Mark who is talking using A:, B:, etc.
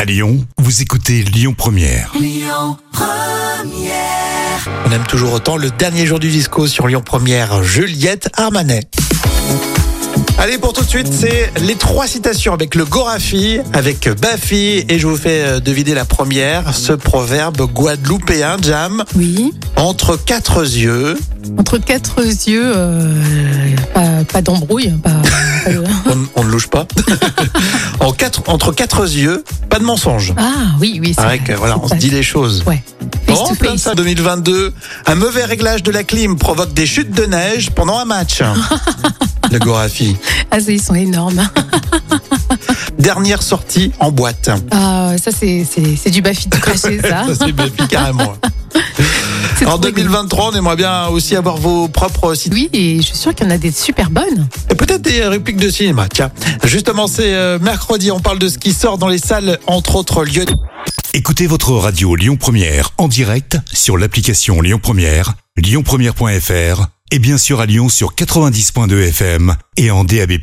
A: À Lyon, vous écoutez Lyon Première.
B: On aime toujours autant le dernier jour du disco sur Lyon Première, Juliette Armanet. Allez, pour tout de suite, c'est les trois citations avec le Gorafi, avec Bafi, et je vous fais euh, deviner la première, ce proverbe guadeloupéen, Jam,
C: Oui.
B: entre quatre yeux,
C: Entre quatre yeux, euh, pas, pas d'embrouille. Pas, pas de-
B: on, on ne louche pas, en quatre, entre quatre yeux, pas de mensonge.
C: Ah oui, oui. c'est
B: Avec,
C: vrai,
B: voilà,
C: c'est
B: on se
C: vrai.
B: dit les choses.
C: Ouais. Face
B: Bon,
C: to
B: plein de
C: face.
B: ça, 2022. Un mauvais réglage de la clim provoque des chutes de neige pendant un match. le Gorafi.
C: Ah, ça, ils sont énormes.
B: Dernière sortie en boîte.
C: Ah, ça, c'est, c'est, c'est du Bafi de cracher, ça.
B: Ça, c'est Bafi, carrément.
C: C'est
B: En
C: trop rigolo.
B: 2023, on aimerait bien aussi avoir vos propres sites.
C: Oui, et je suis sûre qu'il y en a des super bonnes.
B: Et peut-être des répliques de cinéma. Tiens, justement, c'est euh, mercredi. On parle de ce qui sort dans les salles, entre autres lieux.
A: Écoutez votre radio Lyon Première en direct sur l'application Lyon Première, lyonpremière.fr et bien sûr à Lyon sur 90.2 FM et en DAB+.